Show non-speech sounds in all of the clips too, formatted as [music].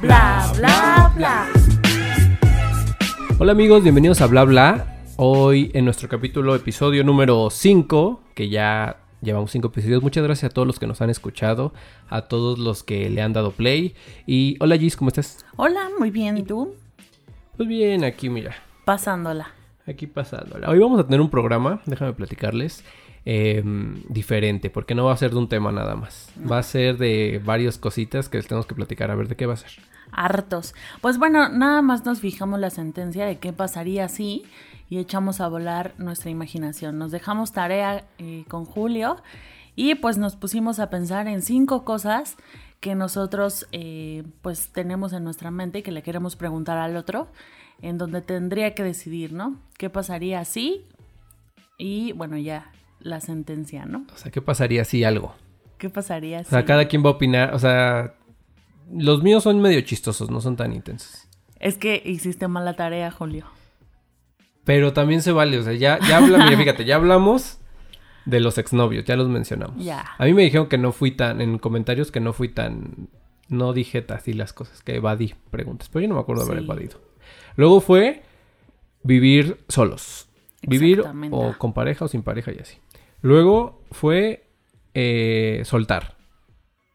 Bla, bla, bla. Hola amigos, bienvenidos a Bla Bla. Hoy en nuestro capítulo, episodio número 5, que ya llevamos 5 episodios. Muchas gracias a todos los que nos han escuchado, a todos los que le han dado play. Y hola Gis, ¿cómo estás? Hola, muy bien. ¿Y tú? Pues bien, aquí mira, Pasándola. aquí pasándola. Hoy vamos a tener un programa, déjame platicarles, eh, diferente, porque no va a ser de un tema nada más. Va a ser de varias cositas que les tenemos que platicar, a ver de qué va a ser. Hartos. Pues bueno, nada más nos fijamos la sentencia de qué pasaría si y echamos a volar nuestra imaginación. Nos dejamos tarea eh, con Julio y pues nos pusimos a pensar en cinco cosas que nosotros eh, pues tenemos en nuestra mente y que le queremos preguntar al otro, en donde tendría que decidir, ¿no? ¿Qué pasaría si? Y bueno, ya la sentencia, ¿no? O sea, ¿qué pasaría si algo? ¿Qué pasaría si? O sea, cada quien va a opinar, o sea, los míos son medio chistosos, no son tan intensos. Es que hiciste mala tarea, Julio. Pero también se vale, o sea, ya, ya hablamos, [laughs] mira, fíjate, ya hablamos de los exnovios, ya los mencionamos. Ya. A mí me dijeron que no fui tan, en comentarios que no fui tan, no dije así las cosas, que evadí preguntas, pero yo no me acuerdo de haber Sí. evadido. Luego fue vivir solos, vivir Exactamente. o con pareja o sin pareja y así. Luego fue eh, soltar,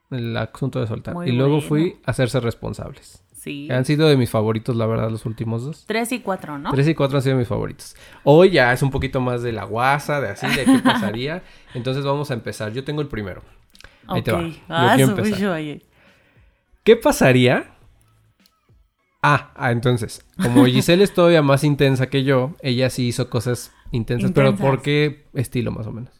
el asunto de soltar. Muy y luego bueno. fui hacerse responsables. Sí. Han sido de mis favoritos, la verdad, los últimos dos. Tres y cuatro, ¿no? Tres y cuatro han sido mis favoritos. Hoy ya es un poquito más de la guasa, de así, [laughs] de qué pasaría. Entonces vamos a empezar. Yo tengo el primero. Ahí te va. Ok. Yo Ah, quiero su empezar. bicho, oye. ¿Qué pasaría? Ah, ah, entonces, [laughs] como Giselle es todavía más intensa que yo, ella sí hizo cosas intensas, pero Intensas. ¿por qué estilo más o menos?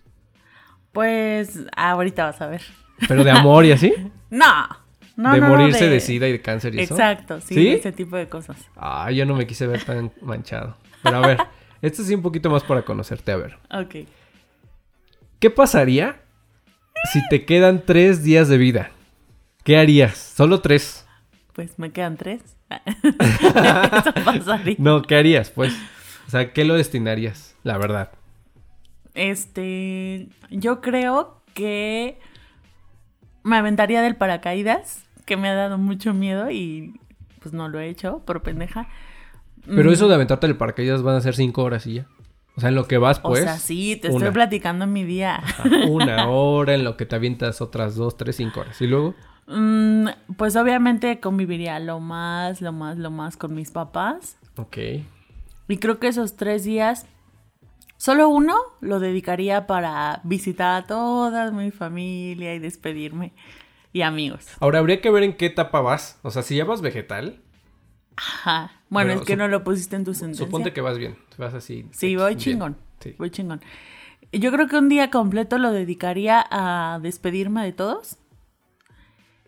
Pues ahorita vas a ver. ¿Pero de amor y así? No. [laughs] No, de no, no, morirse de... sida y de cáncer y eso. Exacto, sí, ¿Sí? ese tipo de cosas. Ah, yo no me quise ver tan manchado. Pero a ver, este sí un poquito más para conocerte, a ver. Ok. ¿Qué pasaría si te quedan tres días de vida? ¿Qué harías? Solo tres. Pues me quedan tres. [laughs] Eso pasaría. No, ¿qué harías? Pues, o sea, ¿qué lo destinarías? La verdad. Este, yo creo que me aventaría del paracaídas, que me ha dado mucho miedo y pues no lo he hecho por pendeja. Pero Mm, eso de aventarte el parcaídas van a ser cinco horas y ya. O sea, en lo que vas, O pues. sea, sí, te una. estoy platicando mi día. [laughs] Ajá, Una hora en lo que te avientas otras dos, tres, cinco horas. Y luego, Mm, pues obviamente conviviría lo más, lo más, lo más con mis papás. ok. Y creo que esos tres días, solo uno lo dedicaría para visitar a toda mi familia y despedirme y amigos. Ahora habría que ver en qué etapa vas. O sea, si ya vas vegetal, Ajá. Bueno, Pero es que sup- no lo pusiste en tu ¿eh? sentencia. suponte que vas bien. Vas así. Sí, X, voy bien. chingón. Sí. Voy chingón. Yo creo que un día completo lo dedicaría a despedirme de todos.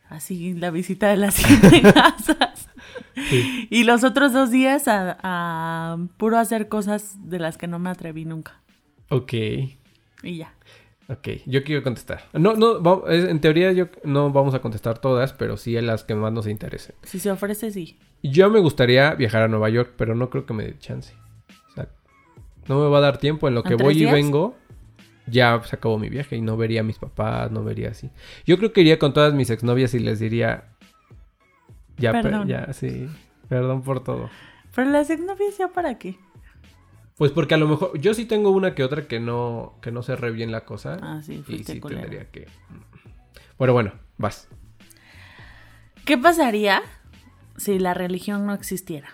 Así, la visita de las [laughs] [laughs] siete casas. Sí. Y los otros dos días a, a puro hacer cosas de las que no me atreví nunca. Ok. Y ya. Ok, yo quiero contestar. No, no, va- es- en teoría yo no vamos a contestar todas, pero sí a las que más nos interesen. Si se ofrece, sí. Yo me gustaría viajar a Nueva York, pero no creo que me dé chance. O sea, no me va a dar tiempo en lo ¿En que tres voy días? y vengo. Ya se acabó mi viaje y no vería a mis papás, no vería así. Yo creo que iría con todas mis exnovias y les diría ya, pe- Perdón. ya, sí, perdón por todo. Pero las exnovias ya para qué. Pues porque a lo mejor yo sí tengo una que otra que no que no cerré bien la cosa Ah, sí, y fuiste sí culero. tendría que. Bueno, bueno, vas. ¿Qué pasaría si la religión no existiera?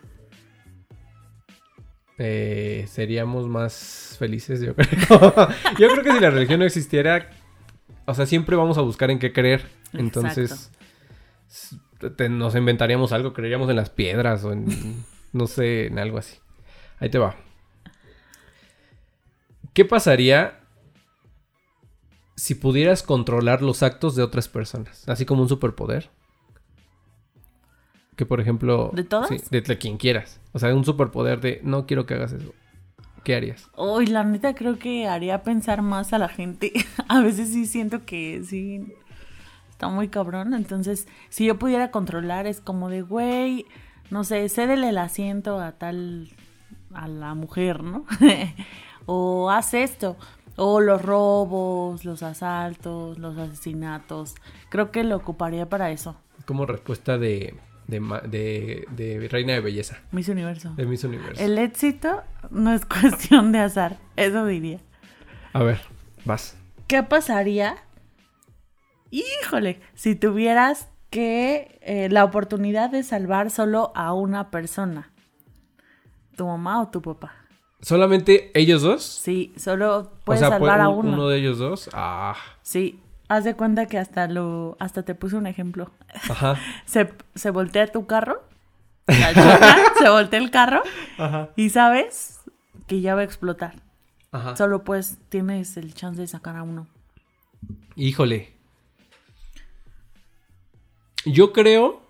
eh, seríamos más felices, yo creo. [laughs] yo creo que si la religión no existiera, o sea, siempre vamos a buscar en qué creer. Entonces, s- te- nos inventaríamos algo, creeríamos en las piedras o en, no sé, en algo así. Ahí te va. ¿Qué pasaría si pudieras controlar los actos de otras personas? Así como un superpoder. Que por ejemplo... ¿De todas? Sí, de, de quien quieras. O sea, un superpoder de no quiero que hagas eso. ¿Qué harías? Uy, la neta creo que haría pensar más a la gente. [laughs] A veces sí siento que sí está muy cabrón. Entonces, si yo pudiera controlar, es como de, güey, no sé, cédele el [laughs] asiento a tal, a la mujer, ¿no? o haz esto. O los robos, los asaltos, los asesinatos. Creo que lo ocuparía para eso. Como respuesta de, de, ma- de- de Reina de Belleza, Miss Universo. de Miss Universe. El éxito no es [laughs] cuestión de azar, eso diría. A ver, vas. ¿Qué pasaría? Híjole, si tuvieras que eh, la oportunidad de salvar solo a una persona. ¿Tu mamá o tu papá? ¿Solamente ellos dos? Sí, solo puedes o sea, salvar pu- a un- uno. uno de ellos dos. Ah, Sí, haz de cuenta que hasta lo hasta te puse un ejemplo. ajá. Se, se voltea tu carro, [laughs] la choca, se voltea el carro Ajá. y sabes que ya va a explotar. Ajá. Solo pues tienes el chance de sacar a uno. Híjole. Yo creo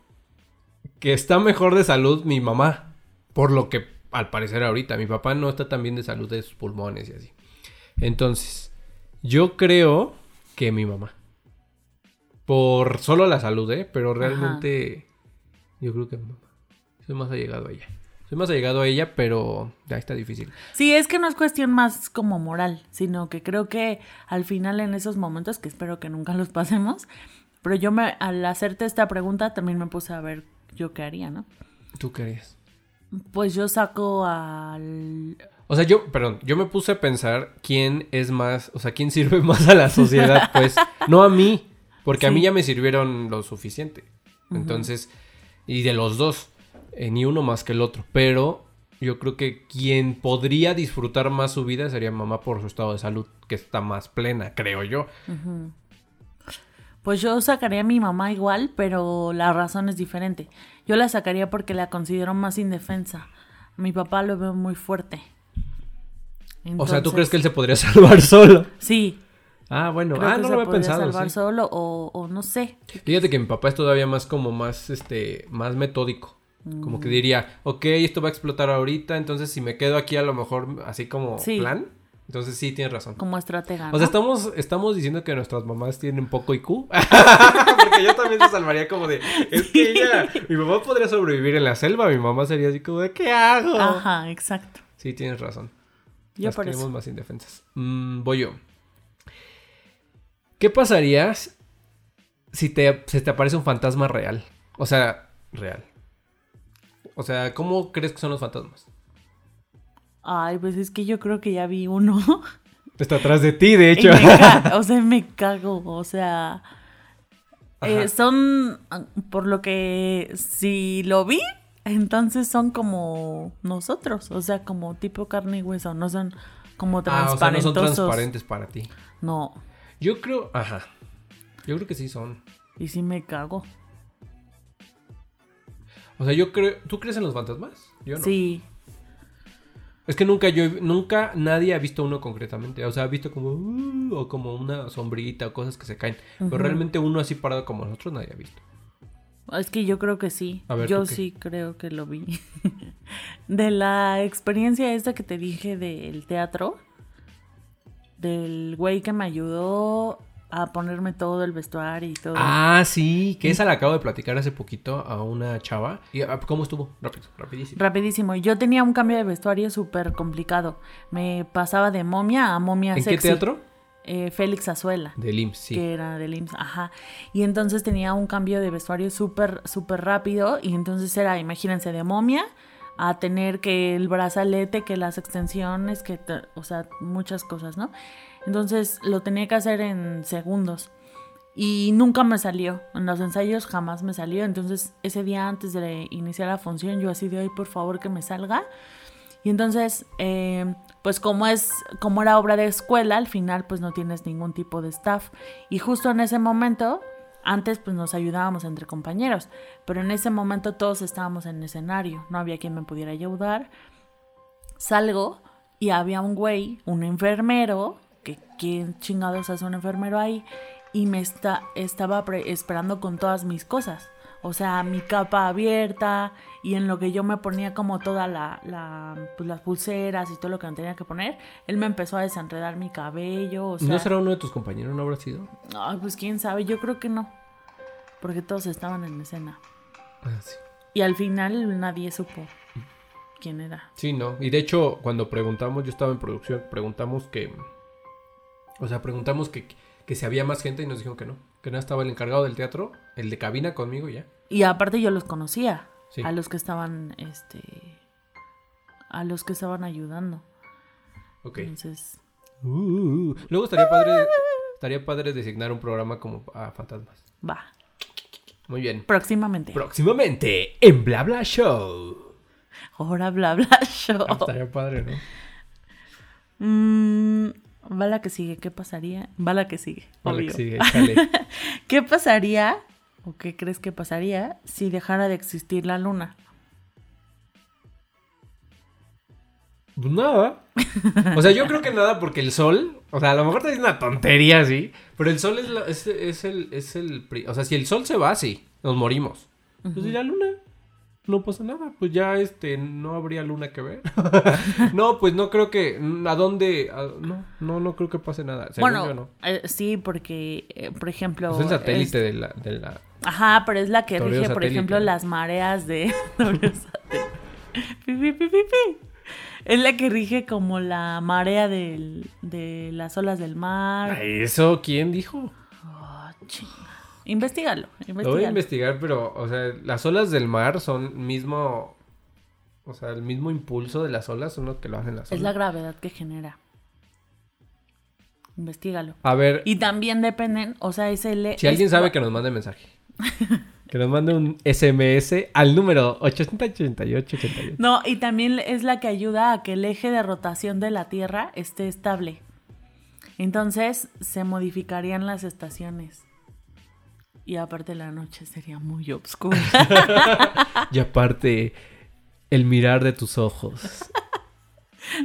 que está mejor de salud mi mamá. Por lo que al parecer ahorita. Mi papá no está tan bien de salud de sus pulmones y así. Entonces, yo creo que mi mamá. Por solo la salud, ¿eh? Pero realmente. Yo creo que mi mamá. Soy más allegado a ella. Soy más allegado a ella, pero ya está difícil. Sí, es que no es cuestión más como moral, sino que creo que al final en esos momentos, que espero que nunca los pasemos, pero yo me, al hacerte esta pregunta también me puse a ver yo qué haría, ¿no? ¿Tú qué harías? Pues yo saco al... O sea, yo, perdón, yo me puse a pensar quién es más, o sea, quién sirve [laughs] más a [laughs] la sociedad, pues, no a mí, porque a mí Sí. ya me sirvieron lo suficiente. Entonces, y de los dos, eh, ni uno más que el otro, pero yo creo que quien podría disfrutar más su vida sería mamá por su estado de salud, que está más plena, creo yo. Pues yo sacaría a mi mamá igual, pero la razón es diferente. Yo la sacaría porque la considero más indefensa. Mi papá lo veo muy fuerte. o sea, ¿tú Entonces, crees que él se podría [laughs] salvar solo? Sí. Ah, bueno, creo ah, que no se lo había podría pensado. salvar sí. solo o, o no sé. Fíjate que mi papá es todavía más como más, este, más metódico. Como Mm. que diría, ok, esto va a explotar ahorita, entonces si me quedo aquí a lo mejor así como Sí. plan, entonces sí tienes razón. Como estratega. O sea, ¿no? estamos, estamos diciendo que nuestras mamás tienen poco IQ. [laughs] Porque yo también se salvaría como de, es que ella, mi mamá podría sobrevivir en la selva, mi mamá sería así como de, ¿qué hago? Ajá, exacto. Sí, tienes razón. Yo Las por creemos eso. más indefensas. Mm, voy yo. ¿Qué pasarías si te, se te aparece un fantasma real? O sea, real. O sea, ¿cómo crees que son los fantasmas? Ay, pues es que yo creo que ya vi [laughs] uno. Está atrás de ti, de Y me ca- o sea, me cago. O sea, eh, Ajá. son, ah, por lo que si lo vi, entonces son como nosotros. O sea, como tipo carne y hueso. No son como Ah, o sea, no transparentosos. son transparentes para ti. No, Yo creo, ajá. Yo creo que sí son. y sí me cago. O sea, yo creo, ¿tú crees en los fantasmas? Yo no. Sí. Es que nunca yo, he- nunca nadie ha visto uno concretamente. O sea, ha visto como, "Uh", o como una sombrita o cosas que se caen. Pero realmente uno así parado como nosotros nadie ha visto. Es que yo creo que sí. A ver, yo ¿tú qué? sí creo que lo vi. [laughs] de la experiencia esta que te dije del teatro, del güey que me ayudó a ponerme todo el vestuario y todo. Ah, sí, que esa la acabo de platicar hace poquito a una chava. ¿Y ah, cómo estuvo? Rápido, rapidísimo. Rapidísimo, yo tenía un cambio de vestuario súper complicado. Me pasaba de momia a momia ¿En sexy. qué teatro? Eh, Félix Azuela. Del IMSS, sí. que era del IMSS, ajá. Y entonces tenía un cambio de vestuario súper, súper rápido. Y entonces era, imagínense, de momia a tener que el brazalete, que las extensiones, que, te- o sea, muchas cosas, ¿no? Entonces lo tenía que hacer en segundos. Y nunca me salió. En los ensayos jamás me salió. Entonces ese día antes de iniciar la función, yo así de hoy, por favor, que me salga. Y entonces, eh, pues como es, como era obra de escuela, al final pues no tienes ningún tipo de staff. Y justo en ese momento, antes pues nos ayudábamos entre compañeros, pero en ese momento todos estábamos en escenario, no había quien me pudiera ayudar. Salgo y había un güey, un enfermero, que quién chingados hace un enfermero ahí, y me está, estaba pre- esperando con todas mis cosas. O sea, mi capa abierta y en lo que yo me ponía como toda la, la- pues, las pulseras y todo lo que me tenía que poner, él me empezó a desenredar mi cabello. O sea, ¿No será uno de tus compañeros? ¿No habrá sido? Ay, pues quién sabe, yo creo que no. Porque todos estaban en escena. Ah, sí. Y al final nadie supo quién era. Sí, no. Y de hecho, cuando preguntamos, yo estaba en producción, preguntamos que O sea, preguntamos que, que si había más gente y nos dijeron que no. Que no estaba el encargado del teatro, el de cabina conmigo y ya. Y aparte yo los conocía. Sí. A los que estaban, este... A los que estaban ayudando. Ok. Entonces... Uh, Luego estaría padre, estaría padre designar un programa como a fantasmas. Va. Muy bien. Próximamente. Próximamente en Bla Bla Show. Ahora bla bla [laughs] show. Ah, estaría padre, ¿no? Mm, va la que sigue. ¿Qué pasaría? Va la que sigue. Vale, obvio. que sigue, chale. ¿Qué pasaría o qué crees que pasaría si dejara de existir la luna? Pues Nada. O sea, yo creo que nada porque el sol, o sea, a lo mejor te dice una tontería así, pero el sol es, la- es, es el, es el... pri- O sea, si el sol se va, sí, nos morimos. Pues y la luna, no pasa nada, pues ya este, no habría luna [laughs] que ver. no, pues no creo que... ¿A dónde? A- no, no, no creo que pase nada. Según bueno, yo, no. Pues eh, sí, porque, eh, por ejemplo... Es el satélite es- de la... De la... ajá, pero es la que Toreo rige, por satélite, ejemplo, ¿no? las mareas de... [laughs] Toreo satélite. Pi, pi, pi, pi, pi. Es la que rige como la marea del- de las olas del mar. ¿Eso quién dijo? Oh, chinga. Investígalo, Lo voy investígalo. a investigar, pero, o sea, las olas del mar son mismo. O sea, el mismo impulso de las olas son los que lo hacen las Es la olas. gravedad que genera. Investígalo. A ver, Y también dependen, o sea, es el... si alguien sabe que nos mande [laughs] mensaje. que nos mande un SMS al número 88888. No, y también es la que ayuda a que el eje de rotación de la Tierra esté estable. Entonces se modificarían las estaciones. Y aparte la noche sería muy [laughs] oscura. Y aparte, el mirar de tus ojos.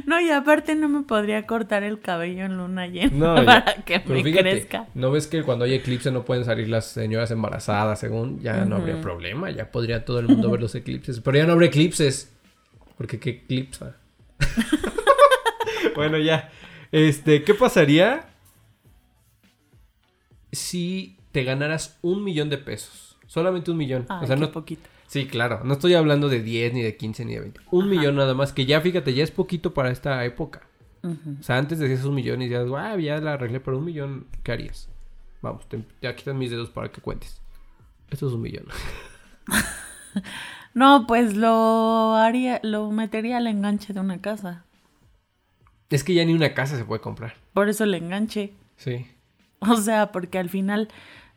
No, y aparte no me podría cortar el cabello en luna llena [laughs] No, ya. para que Pero me fíjate, crezca. ¿no ves que cuando hay eclipse no pueden salir las señoras embarazadas, según? Ya no habría Ujú. problema, ya podría todo el mundo ver los eclipses. Pero ya no habría eclipses. Porque qué eclipsa. [laughs] bueno, ya. Este, ¿qué pasaría si te ganaras un millón de pesos? Solamente un millón. Ay, o sea, qué no, poquito. sí, claro. No estoy hablando de 10, ni de 15, ni de 20. Un millón nada más, que ya fíjate, ya es poquito para esta época. Ujú. O sea, antes decías un millón y decías, "Guau, ya la arreglé, pero un millón, ¿qué harías? Vamos, te, ya quitan mis dedos para que cuentes. Esto es un millón. [laughs] No, pues lo haría, lo metería al enganche de una casa. Es que ya ni una casa se puede comprar. Por eso el enganche. [laughs] Sí. O sea, porque al final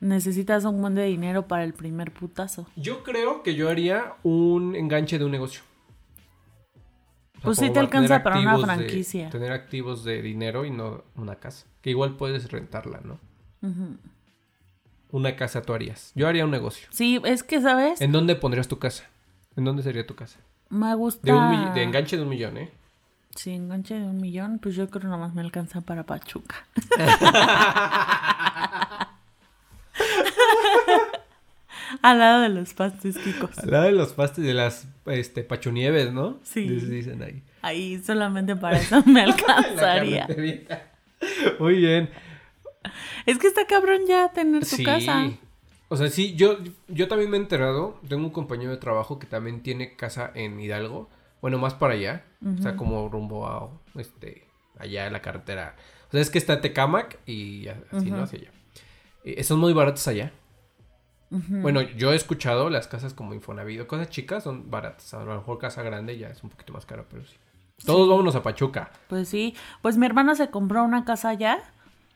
necesitas un buen de dinero para el primer putazo. Yo creo que yo haría un enganche de un negocio. O sea, Pues sí como te va a tener alcanza para una activos de- franquicia. tener activos de dinero y no una casa. Que igual puedes rentarla, ¿no? Ujú. Una casa tú harías. Yo haría un negocio. Sí, es que, ¿sabes? ¿En dónde pondrías tu casa? ¿En dónde sería tu casa? Me gusta. De, un mill- de enganche de un millón, ¿eh? Sí, enganche de un millón, pues yo creo que nomás me alcanza para [laughs] Pachuca. Al lado de los pastes, chicos. Al lado de los pastes de las este, pachunieves, ¿no? Sí. Les dicen ahí. Ahí solamente para eso me En [laughs] la alcanzaría. carreterita. Muy bien. Es que está cabrón ya tener tu Sí. casa. O sea, sí, yo, yo también me he enterado. Tengo un compañero de trabajo que también tiene casa en Hidalgo. Bueno, más para allá. O sea, como rumbo a este, allá en la carretera. O sea, es que está Tecamac y así, ¿no? Ujú. Hacia allá. Eh, son muy baratas allá. Ujú. Bueno, yo he escuchado las casas como Infonavit, o cosas chicas son baratas. A lo mejor casa grande ya es un poquito más caro, pero sí. Todos vámonos a Pachuca. Pues sí, pues mi hermana se compró una casa allá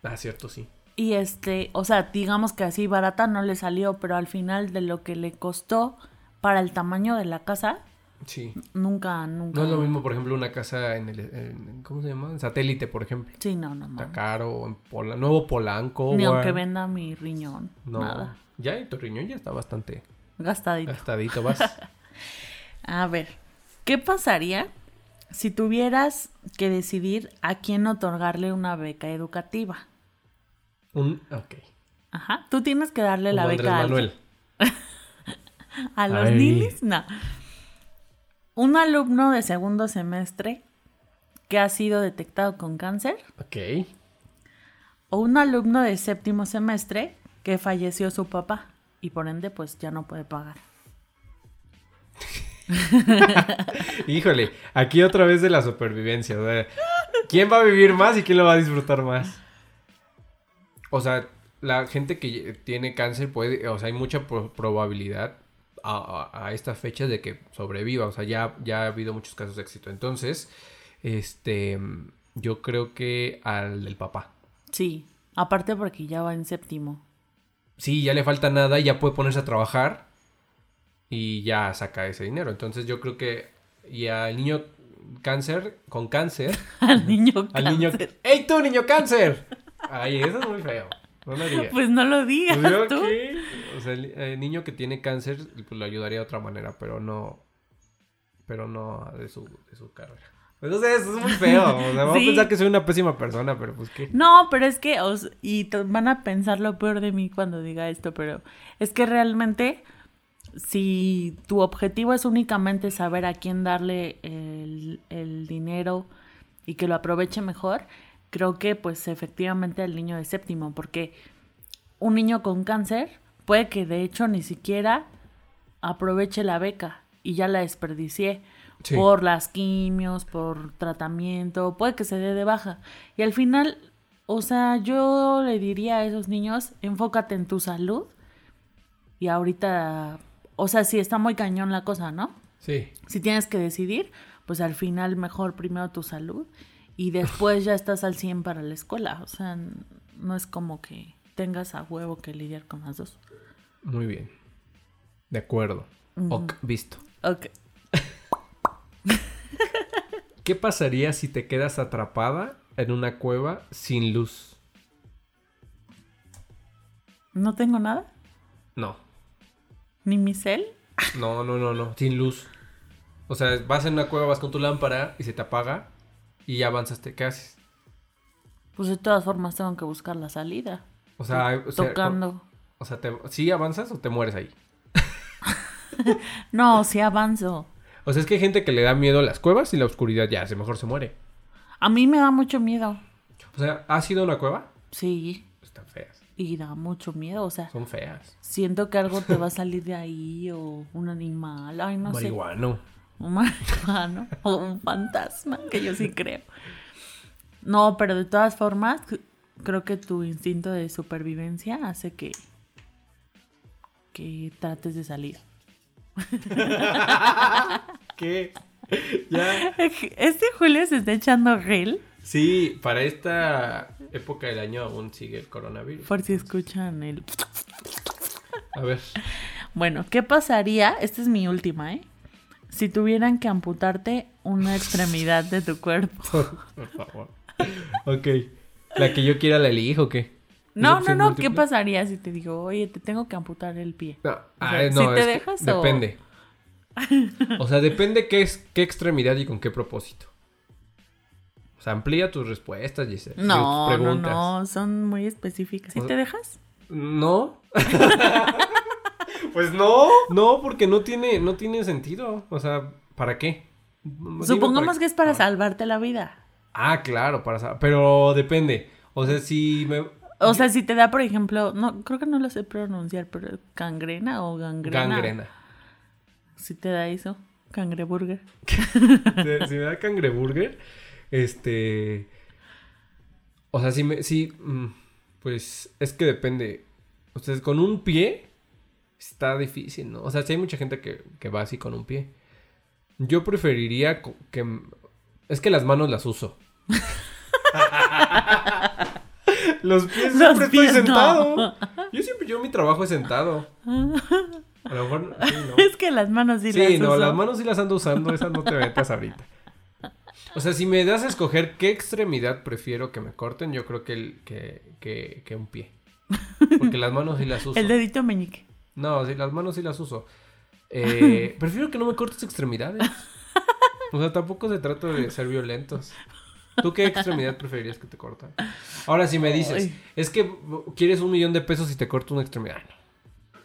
Ah, cierto, sí. y este, o sea, digamos que así barata no le salió, pero al final de lo que le costó para el tamaño de la casa, Sí. nunca, nunca. No es lo mismo, por ejemplo, una casa en el... en- ¿Cómo se llama? En satélite, por ejemplo. Sí, no, no, Está mames. caro, o en Pola- Nuevo Polanco. Ni o aunque en- venda mi riñón, No. nada. Ya, y tu riñón ya está bastante Gastadito. gastadito, vas. [laughs] Eh. A ver, ¿qué pasaría si tuvieras que decidir a quién otorgarle una beca educativa? Un... Ok. Ajá, tú tienes que darle la Como beca Andrés a alguien. Manuel. ¿A los Ay. ninis? No. Un alumno de segundo semestre que ha sido detectado con cáncer Ok. o un alumno de séptimo semestre que falleció su papá y por ende pues ya no puede pagar. Híjole, aquí otra vez de la supervivencia. o sea, ¿Quién va a vivir más y quién lo va a disfrutar más? o sea, la gente que tiene cáncer puede, o sea, hay mucha pro- probabilidad a, a, a estas fechas de que sobreviva, o sea, ya, ya ha habido muchos casos de éxito. Entonces, este, yo creo que al del papá. Sí, aparte porque ya va en séptimo. Sí, ya le falta nada, ya puede ponerse a trabajar y ya saca ese dinero. Entonces, yo creo que y al niño cáncer, con cáncer. al niño cáncer. Al niño... ¡Ey tú, niño cáncer! Ay, eso es muy feo. No lo digas. Pues no lo digas Pues yo tú. aquí, O sea, el, el niño que tiene cáncer, pues lo ayudaría de otra manera, pero no. Pero no de su, de su carrera. Pues, o sea, eso es muy feo. O sea, vamos Sí. a pensar que soy una pésima persona, pero pues qué. No, pero es que, o s- y to- van a pensar lo peor de mí cuando diga esto, pero es que realmente, si tu objetivo es únicamente saber a quién darle el, el dinero y que lo aproveche mejor, creo que pues efectivamente al niño de séptimo, porque un niño con cáncer puede que de hecho ni siquiera aproveche la beca y ya la desperdicié Sí. por las quimios, por tratamiento, puede que se dé de baja. Y al final, o sea, yo le diría a esos niños, enfócate en tu salud y ahorita, o sea, sí está muy cañón la cosa, ¿no? Sí. Si tienes que decidir, pues al final mejor primero tu salud y después ya estás al 100 para la escuela, o sea, n- no es como que tengas a huevo que lidiar con las dos. Muy bien. De acuerdo. Ok, visto. Ok. ¿Qué pasaría si te quedas atrapada en una cueva sin luz? No tengo nada, No. ni mi cel. No, no, no, no. Sin luz. O sea, vas en una cueva, vas con tu lámpara y se te apaga y ya avanzaste. ¿Qué haces? Pues de todas formas tengo que buscar la salida. O sea, o sea, tocando. O sea, te- ¿sí avanzas o te mueres ahí? No, sí avanzo. O sea, es que hay gente que le da miedo a las cuevas y la oscuridad ya, a lo mejor se muere. A mí me da mucho miedo. O sea, ¿has ido a una cueva? Sí, Están feas. y da mucho miedo. O sea, Son feas. siento que algo te va a salir de ahí o un animal. Ay, no sé. Marihuano. Un [laughs] marihuano o un fantasma, que yo sí creo. No, pero de todas formas, c- creo que tu instinto de supervivencia hace que, que trates de salir. [laughs] ¿Qué? [laughs] Ya. Este Julio se está echando gel. Sí, para esta época del año aún sigue el coronavirus. Por si escuchan el. A ver. [laughs] Bueno, ¿qué pasaría? Esta es mi última, ¿eh? Si tuvieran que amputarte una extremidad de tu [laughs] cuerpo. Por favor. Ok. ¿La que yo quiera la elijo o qué? No, no, ¿Opción no. múltiple? ¿Qué pasaría si te digo, oye, te tengo que amputar el pie? No, ah, sea, no, ¿sí te es que dejas o- [laughs] Depende. O sea, depende qué, es, qué extremidad y con qué propósito. O sea, amplía tus respuestas, Giselle. tus No, no, preguntas. no. Son muy específicas. ¿Sí O- te dejas? [laughs] No. pues no. No, porque no tiene, no tiene sentido. O sea, ¿para qué? Digo, Supongamos ¿para Ah. que qué? es para salvarte la vida. Ah, claro, para sa- Pero depende. O sea, si me. O sea, si te da, por ejemplo, no, creo que no lo sé pronunciar, pero gangrena o gangrena. Gangrena. Si te da eso, cangreburger. [laughs] Si- si me da cangreburger, este. O sea, si me. Si, mm, pues es que depende. Ustedes con un pie está difícil, ¿no? O sea, si hay mucha gente que, que va así con un pie. Yo preferiría co- que. m- Es que las manos las [laughs] uso. Los pies Los siempre estoy pies no. sentado. [laughs] Yo siempre, yo mi trabajo es sentado. A lo mejor. sí, ¿no? [laughs] Es que las manos sí, Sí, las no, uso. las manos sí las ando usando, esas no te metas ahorita. O sea, si me das a escoger qué extremidad prefiero que me corten, yo creo que, el, que, que, que un pie. Porque las manos sí las uso. [laughs] El dedito meñique. No, sí, las manos sí las uso. [laughs] Eh, prefiero que no me cortes extremidades. O sea, tampoco se trata de ser violentos. ¿Tú qué extremidad preferirías que te cortan? Ahora, si me dices, Ay. es que quieres un millón de pesos y te corto una extremidad. no.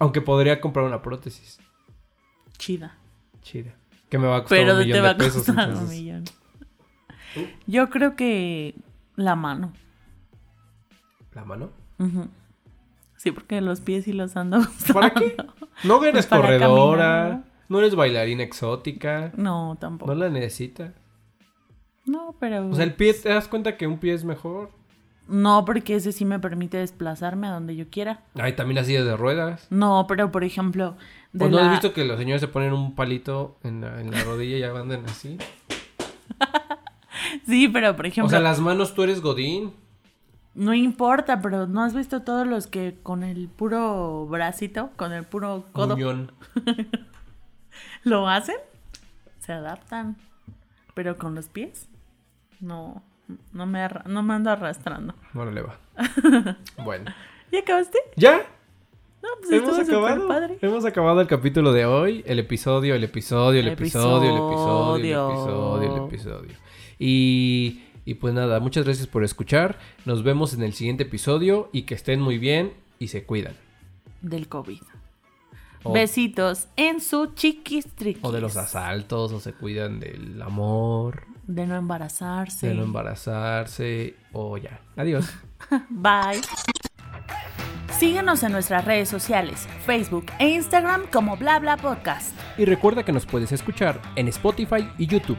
Aunque podría comprar una prótesis. Chida. Chida. Que me va a costar Pero un te millón va de a pesos. costar un entonces. millón. Yo creo que la mano. [laughs] ¿La mano? Ujú. Sí, porque los pies sí los ando ¿Para qué? usando. No eres Pues para corredora, caminar. no eres bailarina exótica, [laughs] No, no tampoco. la necesitas. No, pero. O sea, el pie, te das cuenta que un pie es mejor. No, porque ese sí me permite desplazarme a donde yo quiera. Hay también las sillas de ruedas. No, pero por ejemplo. de ¿O Pues, no has la- visto que los señores se ponen un palito en la, en la rodilla y ya andan así? [laughs] Sí, pero por O ejemplo. sea, las manos tú eres Godín. No importa, pero ¿no has visto todos los que con el puro bracito, con el puro codo, Muñón. lo hacen? Se adaptan. Pero con los pies, no, no me, arra- no me ando arrastrando. Bueno, [laughs] le va. Bueno. ¿Ya acabaste? ¿Ya? No, pues Hemos estuvo acabado. súper padre. Hemos acabado el capítulo de hoy. El episodio, el episodio, el episodio, el episodio, el Episodio. episodio, el episodio. Y, y pues nada, muchas gracias por escuchar. Nos vemos en el siguiente episodio y que estén muy bien y se cuidan. Del COVID. O, Besitos en su chiquis triquis. o de los asaltos, o se cuidan del amor, De no embarazarse. de no embarazarse, o ya. Adiós. [laughs] Bye. Síguenos en nuestras redes sociales, Facebook e Instagram como BlaBla Podcast. y recuerda que nos puedes escuchar en Spotify y YouTube.